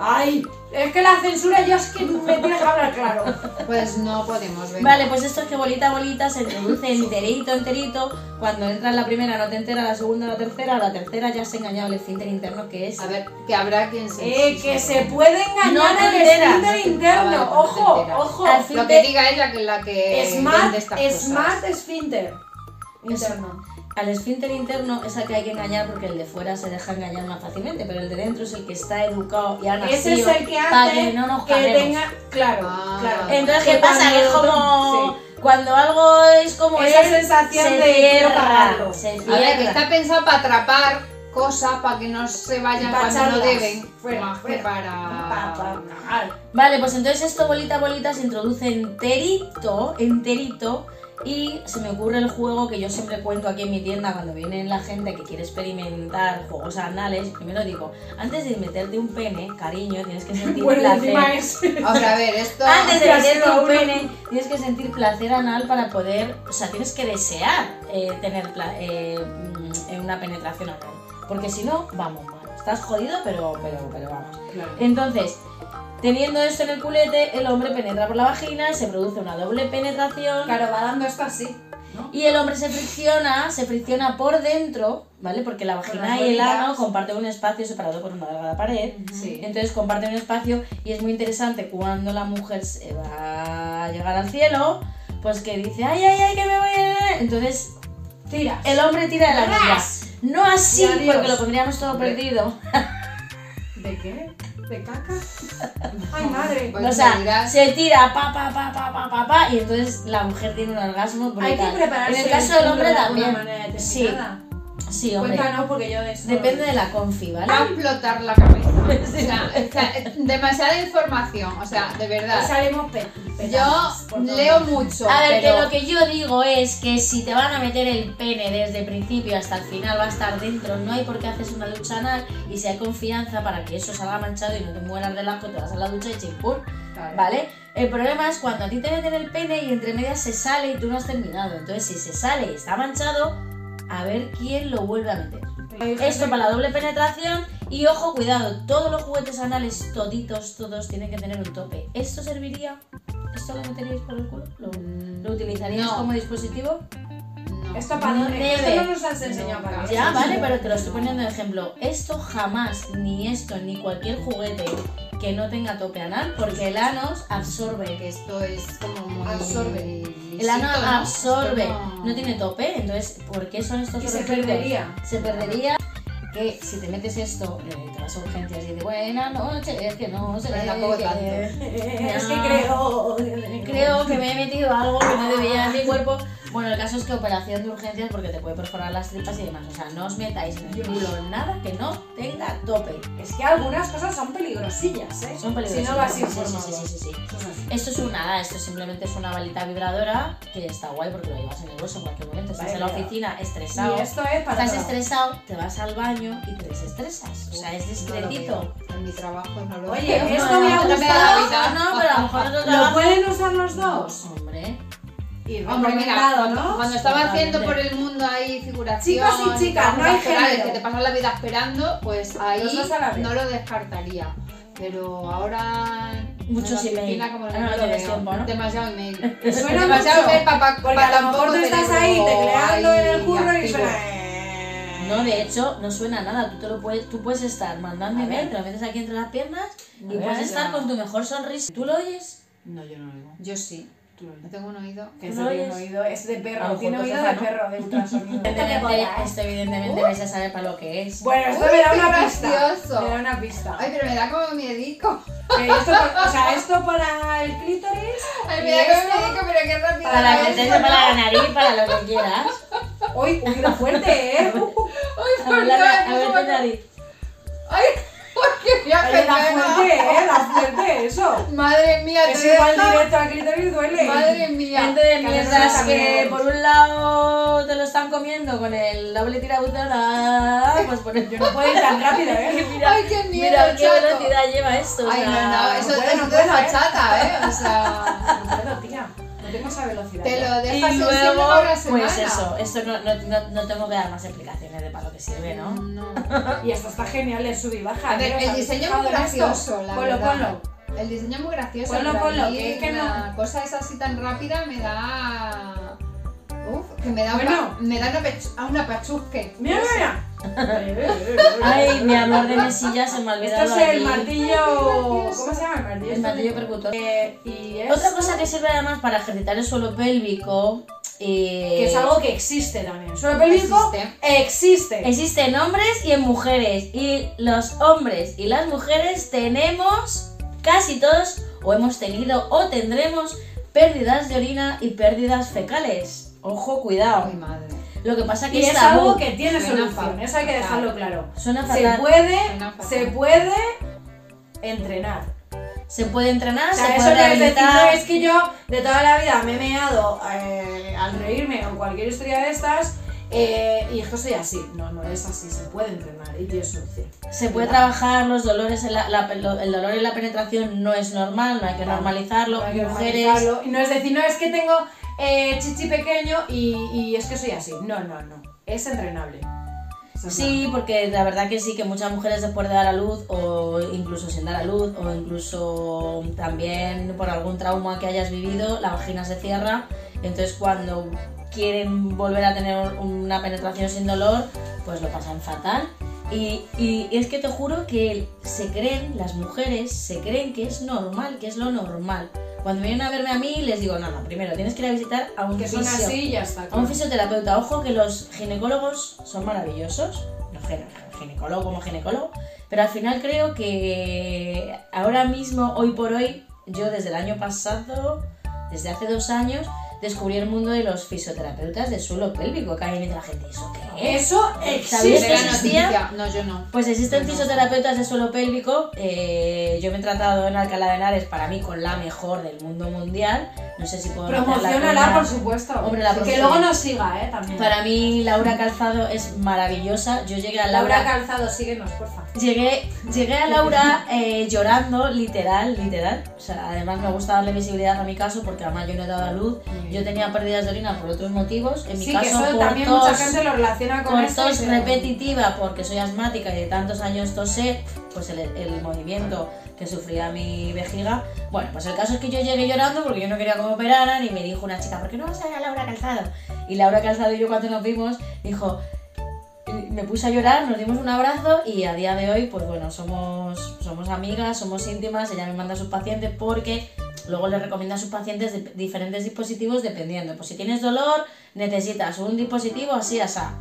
Ay, es que la censura yo es que me tienes que hablar claro. Pues no podemos ver. Vale, pues esto es que bolita a bolita se introduce enterito, enterito. Cuando entras la primera no te entera, la segunda, la tercera, la tercera ya has engañado el esfínter interno que es. A ver, que habrá quien se. Eh, que se puede engañar No te al esfínter enteras. Ah, vale, interno. no te Ojo, enteras. ojo. Al fin- Lo que diga ella que la que. Smart, vende estas cosas. smart esfínter interno. Al esfínter interno es al que hay que engañar porque el de fuera se deja engañar más fácilmente, pero el de dentro es el que está educado y ha nacido Ese es el que para hace que no nos que calemos. tenga. Claro, Ah. claro. Entonces, Que ¿qué pasa? Que es cuando- como. Sí. Cuando algo es como Esa es, sensación se de quiero cierra, pagarlo. se A ver, que cierra. está pensado para atrapar cosas para que no se vayan Y para cuando no echarlas deben. fuera, más que fuera. para. Pa, pa, pa. Vale, pues entonces esto bolita a bolita se introduce enterito, enterito. Y se me ocurre el juego que yo siempre cuento aquí en mi tienda cuando viene la gente que quiere experimentar juegos anales. Primero digo, antes de meterte un pene, cariño, tienes que sentir Bueno, placer. encima es. O sea, a ver, esto. Antes de Hostia, ha meterte sido un uno. pene, tienes que sentir placer anal para poder, o sea, tienes que desear eh, tener pla- eh, mm, eh, una penetración anal. Porque si no, vamos mal. Estás jodido, pero, pero, pero vamos. Entonces, teniendo esto en el culete, el hombre penetra por la vagina, se produce una doble penetración. Claro, va dando esto así. Y el hombre se fricciona, se fricciona por dentro, ¿vale? Porque la vagina las y el bolitas. ano comparten un espacio separado por una delgada pared. Sí. Entonces comparten un espacio y es muy interesante cuando la mujer se va a llegar al cielo, pues que dice, ay, ay, ay, que me voy. a-". Entonces Tira. el hombre tira de la anilla. No así, Y adiós. porque lo pondríamos todo Hombre. perdido. ¿De qué? ¿De caca? Ay, madre. Pues o sea, me dirás- se tira pa, pa, pa, pa, pa, pa, pa, y entonces la mujer tiene un orgasmo brutal. Hay que prepararse. En el caso del hombre de alguna también. manera determinada. Sí, sí, hombre. Cuéntanos porque yo de eso. Depende de la confi, ¿vale? Va a explotar la cabeza. O sea, está- demasiada información. O sea, de verdad. Salimos pe- petados yo por todo. leo mucho. A ver, pero que lo que yo digo es que si te van a meter el pene desde el principio hasta el final, va a estar dentro, no hay por qué haces una ducha anal y si hay confianza para que eso salga manchado y no te mueras del asco, te vas a la ducha y chimpún, ¿vale? El problema es cuando a ti te meten el pene y entre medias se sale y tú no has terminado. Entonces, si se sale y está manchado, a ver quién lo vuelve a meter. Hay gente Esto para la doble penetración y ojo, cuidado, todos los juguetes anales, toditos, todos tienen que tener un tope. ¿Esto serviría? ¿Esto lo meteríais por el culo? ¿Lo, lo utilizaríais No. como dispositivo? no. Esto para No dónde? Esto debe. no nos has enseñado para Nunca. qué. Ya, vale, pero te lo estoy poniendo de ejemplo. Esto jamás, ni esto, ni cualquier juguete que no tenga tope anal, porque el ano absorbe. que esto es como muy. Absorbe. El ano lisito, ¿no? absorbe, Esto no- no tiene tope, entonces, ¿por qué son estos Y se objetivos? perdería. se perdería que si te metes esto, eh, te vas a urgencias y dices, buena noche, es que no sé, Pero tampoco que- tanto. Es que creo. creo que me he metido algo que no debía en mi cuerpo. Bueno, el caso es que operación de urgencias porque te puede perforar las tripas y demás. O sea, no os metáis en el culo nada que no tenga tope. Es que algunas cosas son peligrosillas, ¿eh? Son peligrosas. Si no vas Sí, sí, informado. sí, sí, sí, sí. Eso es así. Esto es un nada, esto simplemente es una balita vibradora que está guay porque lo llevas en el bolso en cualquier momento. Estás en la Vale. oficina estresado. Y esto es para. Estás todo. estresado, te vas al baño y te desestresas. O sea, es No discretito. lo veo. en mi trabajo no lo Oye, veo. esto me ha no da gustado. vida. No, pero a lo mejor no te ¿Lo pueden usar los dos? Hombre. Y Hombre, mira, recomendado, cuando, ¿no? cuando estaba Totalmente. haciendo por el mundo ahí figuración, Chicos y chicas, no hay cosas corales género. que te pasan la vida esperando, pues ahí Los dos a la vez. no lo descartaría. Pero ahora Muchos en la oficina, email. como Ah, que no no lo tienes veo. tiempo, ¿no? Demasiado email. Suena demasiado mucho. email para pa, Porque pa a lo mejor tampoco tú estás tenerlo ahí tecleando en el curro y eh, activo. suena. No, de hecho, no suena nada. Tú, te lo puedes, tú puedes estar mandando email, te lo metes aquí entre las piernas y A ver, puedes estar ya. con tu mejor sonrisa. ¿Tú lo oyes? No, yo no lo digo. Yo sí. Tú lo No Ah, oyes. tengo un oído. Que se ¿No tiene oyes? oído, es de A perro, lo tiene mejor oído cosa, de ¿no? perro, de ultrasonido. ¿eh? Evidentemente, esto evidentemente vais a saber para lo que es. Bueno, esto Uy, me da qué una pista. gracioso. Me da una pista. Ay, pero me da como miedico. Eh, esto, o sea, esto para el clítoris. Ay, ¿Y me da como esto? miedico, pero qué rápido. Para que es te esto, ¿no? para la nariz, para lo que quieras. Uy, uy, qué fuerte, ¿eh? Ay, A por ver, la- Dios, a ver como- tu nariz. Ay, porque ya Oye, da perdona. fuerte, ¿eh? Da fuerte, eso. Madre mía, Es te igual dejo. directo al clítoris duele. Madre mía. Gente de Cada mierdas cosa que también. por un lado te lo están comiendo con el doble tiradura, pues por el... No puede ir tan rápido, ¿eh? Mira, Ay, qué miedo, mira qué chato. velocidad lleva esto. o Ay, no, sea, no, eso, bueno, eso pues, es a ver. bachata, ¿eh? O sea. No puedo, tía. tengo esa velocidad. Te ya. lo Y dejas en siete luego, por la semana. pues eso, esto no, no, no- no tengo que dar más explicaciones de para lo que sirve, Mm. ¿no? No. Y esto está genial, es sub y baja. A ver, ¿eh? ¿Os el habéis diseño es fijado muy en esto? gracioso, la Ponlo, verdad. ponlo. El diseño es muy gracioso. Ponlo, pero a ponlo, mí que es que la cosa es así tan rápida me da. Uf, que me da Bueno. una, me da una, pech- a una pachusque. Mira, mira. Ay, mi amor de mesilla se me ha Esto olvidado. es el aquí. martillo. ¿Cómo se llama el martillo? El martillo percutor. Eh, y es. Otra cosa que sirve además para ejercitar el suelo pélvico. eh, Que es algo que existe también. Suelo pélvico Existe. existe. Existe en hombres y en mujeres. Y los hombres y las mujeres tenemos casi todos, o hemos tenido, o tendremos pérdidas de orina y pérdidas fecales. Ojo, Ay, cuidado. madre. Lo que pasa que Y es tabú. algo que tiene Suena solución. fa- Eso hay que fatal. dejarlo claro. suena Se fatal. puede, Suena fatal. se puede entrenar. Se puede entrenar, O sea, Ah, se eso puede no es decir, no, rehabilitar. es que yo de toda la vida me he meado eh, al reírme o cualquier historia de estas eh, y es que soy así. No, no es así, se puede entrenar y tiene solución. Se puede trabajar los dolores, en la- la- el dolor en la penetración no es normal, no hay que Claro. normalizarlo. No hay que Mujeres, normalizarlo. Y no es decir, no, es que tengo eh, chichi pequeño y, y es que soy así. No, no, no. Es entrenable. Eso es Sí, porque la verdad que sí, que muchas mujeres después de dar a luz, o incluso sin dar a luz, o incluso también por algún trauma que hayas vivido, la vagina se cierra. Entonces, cuando quieren volver a tener una penetración sin dolor, pues lo pasan fatal. Y, y- y es que te juro que se creen, las mujeres, se creen que es normal, que es lo normal. Cuando vienen a verme a mí, les digo, no, no, primero tienes que ir a visitar a un Que son fisio". así y ya está. A un fisioterapeuta, ojo que los ginecólogos son maravillosos, los gine- ginecólogo como ginecólogo, pero al final creo que ahora mismo, hoy por hoy, yo desde el año pasado, desde hace dos años, descubrí el mundo de los fisioterapeutas de suelo pélvico, que hay la gente, ¿eso qué es? Eso ¿Sabías existe. que Era existía? noticia. No, yo no. Pues existen fisioterapeutas de suelo pélvico. eh, yo me he tratado en Alcalá de Henares, para mí con la mejor del mundo mundial. No sé si puedo meter la Promocionala, cuña. por supuesto. Hombre, la que próxima. luego nos siga, ¿eh? También. Para mí Laura Calzado es maravillosa. Yo llegué a Laura Laura, Calzado, síguenos, porfa. llegué, llegué a Laura eh, llorando, literal, literal. O sea, además me gusta darle visibilidad a mi caso porque además yo no he dado a luz. Yo tenía pérdidas de orina por otros motivos. En mi sí, que caso eso por también tos, mucha gente lo relaciona con por eso. tos y se- repetitiva porque soy asmática y de tantos años tosé, pues el, el movimiento que sufría mi vejiga. Bueno, pues el caso es que yo llegué llorando porque yo no quería que me operaran y me dijo una chica, ¿por qué no vas a ver a Laura Calzado? Y Laura Calzado y yo cuando nos vimos dijo, y eh, me puse a llorar, nos dimos un abrazo y a día de hoy, pues bueno, somos, somos amigas, somos íntimas, ella me manda a sus pacientes porque luego le recomienda a sus pacientes de- diferentes dispositivos dependiendo. Pues si tienes dolor, necesitas un dispositivo así, asá.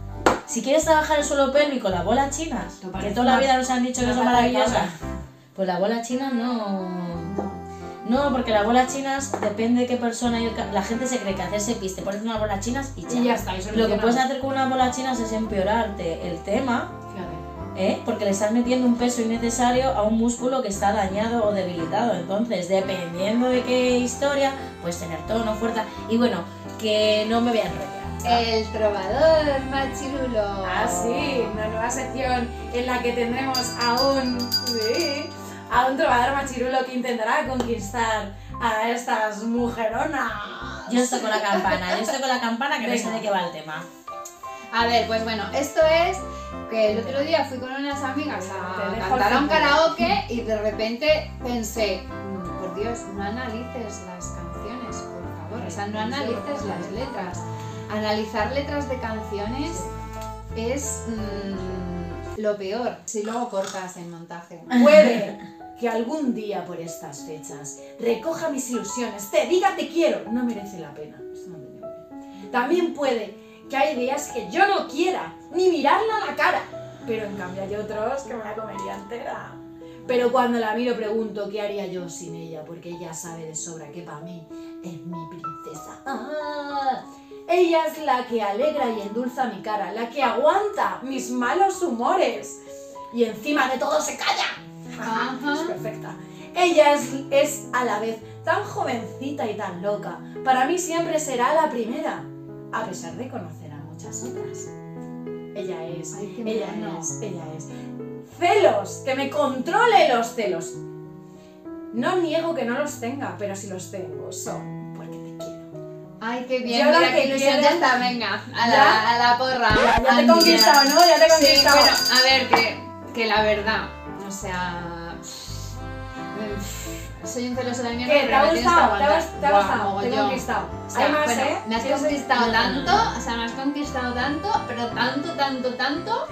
Si quieres trabajar el suelo pélvico, las bolas chinas, Te que parece toda la más- vida nos han dicho que más son maravilla. maravillosas, pues las bolas chinas no... No, porque las bolas chinas depende de qué persona y el ca- la gente se cree que hacerse piste, pones unas bolas chinas y Y ya está. y lo que solucionado. puedes hacer con unas bolas chinas es empeorarte el tema, Fíjate. ¿eh? porque le estás metiendo un peso innecesario a un músculo que está dañado o debilitado. Entonces, dependiendo de qué historia, puedes tener tono, fuerza. Y bueno, que no me voy a enrollar. El trovador machirulo. Ah, sí, una nueva sección en la que tendremos a un, sí, a un trovador machirulo que intentará conquistar a estas mujeronas. Yo estoy con la campana, yo estoy con la campana que no sé Venga. de qué va el tema. A ver, pues bueno, esto es que el otro día fui con unas amigas Te a dejo cantar a un el karaoke y de repente pensé, "Mm, por Dios, no analices las canciones, por favor, o sea, no analices las letras. Analizar letras de canciones es mm, lo peor, si luego cortas el montaje. Puede que algún día por estas fechas recoja mis ilusiones, te diga te quiero, no merece la pena. Esto no me cabe. También puede que hay días que yo no quiera ni mirarla a la cara, pero en cambio hay otros que me la comería entera. Pero cuando la miro pregunto qué haría yo sin ella, porque ella sabe de sobra que para mí es mi princesa. ¡Ah! Ella es la que alegra y endulza mi cara, la que aguanta mis malos humores y encima de todo se calla. Ajá. Es perfecta. Ella es, es a la vez tan jovencita y tan loca. Para mí siempre será la primera, a pesar de conocer a muchas otras. Ella es, Ay, qué ella mono. es, ella es. Celos, que me controle los celos. No niego que no los tenga, pero si los tengo son porque te quiero. Ay, qué bien. Yo la mira, que qué ilusión. quiero- Ya está, venga. A la, Ya. a la porra. Ya, ya te he Andrea. conquistado, ¿no? Ya te he Sí, conquistado. bueno, a ver, que, que la verdad, o sea. pff, Soy un celoso de mierda. ¿Qué? ¿Te pero me ha tienes gustado? que ¿Te ha aguantar. gust- te ha Guau, gustado? Te he mogollón. conquistado. O sea, Hay más, bueno, ¿eh? Me has Tienes- conquistado No, no, no. tanto, o sea, me has conquistado tanto, pero tanto, tanto, tanto,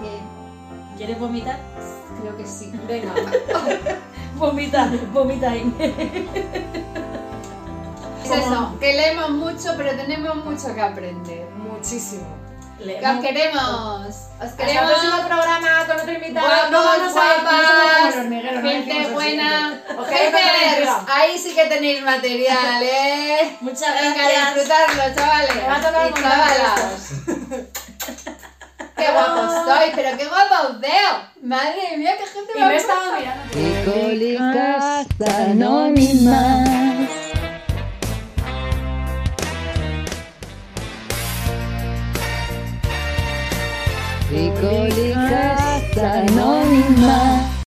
que ¿Quieres vomitar? creo que sí. Venga. Vomita, vomita ahí. Es eso, que leemos mucho, pero tenemos mucho que aprender. Muchísimo. Le- Que os queremos, os Hasta el queremos. próximo programa con otro invitado. Guapos, no vamos a ir, no somos como guapas, el hormiguero, no gente decimos lo buena. siguiente. Ojalá no te Haters, mentira. ahí sí que tenéis material, ¿eh? Muchas Venga, gracias. disfrutarlo, chavales. Me va a tocar y montar chavalas. Qué guapo soy, pero qué guapo os veo. Madre mía, qué gente Y más no estaba guapa. mirando. Alcohólicas Anónimas. Alcohólicas Anónimas.